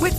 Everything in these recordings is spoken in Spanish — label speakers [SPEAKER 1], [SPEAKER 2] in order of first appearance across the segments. [SPEAKER 1] With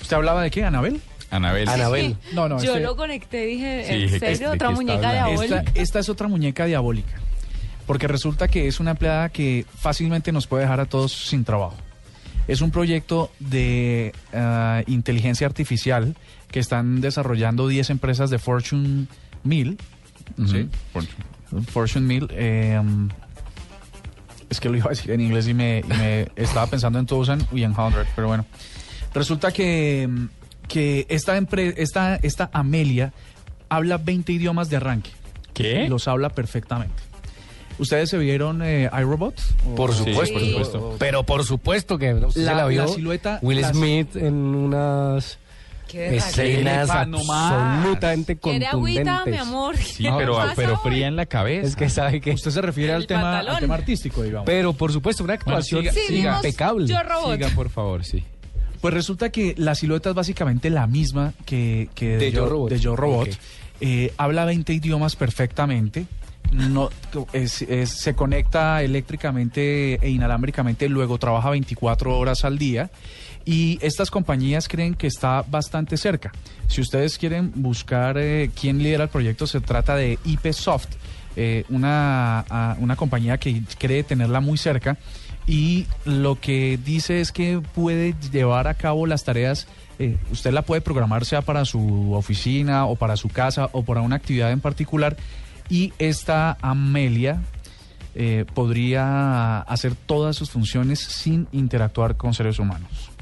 [SPEAKER 2] ¿Usted hablaba de qué, Anabel?
[SPEAKER 3] Anabel.
[SPEAKER 4] Anabel.
[SPEAKER 2] No, no,
[SPEAKER 5] Yo
[SPEAKER 2] este-
[SPEAKER 5] lo conecté, dije,
[SPEAKER 3] Sí,
[SPEAKER 5] ¿en
[SPEAKER 3] dije,
[SPEAKER 5] serio?
[SPEAKER 3] ¿de
[SPEAKER 5] ¿Otra
[SPEAKER 3] qué está
[SPEAKER 5] muñeca de
[SPEAKER 3] hablando?
[SPEAKER 5] abuelo?
[SPEAKER 2] esta, esta es otra muñeca diabólica. Porque resulta que es una empleada que fácilmente nos puede dejar a todos sin trabajo. Es un proyecto de ah, inteligencia artificial que están desarrollando 10 empresas de Fortune 1000. ¿sí? Fortune 1000. eh, es que lo iba a decir en inglés y me, y me estaba pensando en 1000 y en 100, pero bueno. Resulta que, mm, que esta, empre- esta, esta Amelia habla 20 idiomas de arranque.
[SPEAKER 3] ¿Qué?
[SPEAKER 4] ¿Eh?
[SPEAKER 2] Los habla perfectamente. ¿Ustedes se vieron eh, iRobot?
[SPEAKER 4] Por
[SPEAKER 3] Sí,
[SPEAKER 4] supuesto,
[SPEAKER 5] por
[SPEAKER 3] supuesto.
[SPEAKER 4] Pero por supuesto que no, usted
[SPEAKER 2] La-
[SPEAKER 4] se la vio
[SPEAKER 2] la silueta-
[SPEAKER 4] Will
[SPEAKER 2] la-
[SPEAKER 4] Smith en unas
[SPEAKER 5] ¿Qué
[SPEAKER 4] escenas
[SPEAKER 2] pa' nomás.
[SPEAKER 4] absolutamente
[SPEAKER 5] ¿Quiere agüita, mi
[SPEAKER 4] contundentes.
[SPEAKER 5] amor?
[SPEAKER 3] Sí,
[SPEAKER 5] ¿Qué
[SPEAKER 3] pero,
[SPEAKER 5] pasa
[SPEAKER 3] pero
[SPEAKER 5] hoy?
[SPEAKER 3] fría en la cabeza.
[SPEAKER 4] Es que sabe que
[SPEAKER 2] Usted se refiere
[SPEAKER 5] El
[SPEAKER 2] al tema, al
[SPEAKER 5] pantalón.
[SPEAKER 2] tema artístico, digamos.
[SPEAKER 4] Pero por supuesto una actuación
[SPEAKER 3] siga,
[SPEAKER 5] Sí,
[SPEAKER 3] siga.
[SPEAKER 5] vimos
[SPEAKER 4] impecable.
[SPEAKER 5] Yo robot.
[SPEAKER 3] Siga, por favor, sí.
[SPEAKER 2] Pues resulta que la silueta es básicamente la misma que, que
[SPEAKER 4] De Yo Robot.
[SPEAKER 2] de Yo Robot.
[SPEAKER 4] Ok.
[SPEAKER 2] Eh, habla 20 idiomas perfectamente. No, es- es- se conecta eléctricamente e inalámbricamente, luego trabaja 24 horas al día y estas compañías creen que está bastante cerca. Si ustedes quieren buscar eh, quién lidera el proyecto, se trata de IP Soft, eh, una, a- una compañía que cree tenerla muy cerca y lo que dice es que puede llevar a cabo las tareas, eh, usted la puede programar sea para su oficina o para su casa o para una actividad en particular y esta Amelia eh, podría hacer todas sus funciones sin interactuar con seres humanos.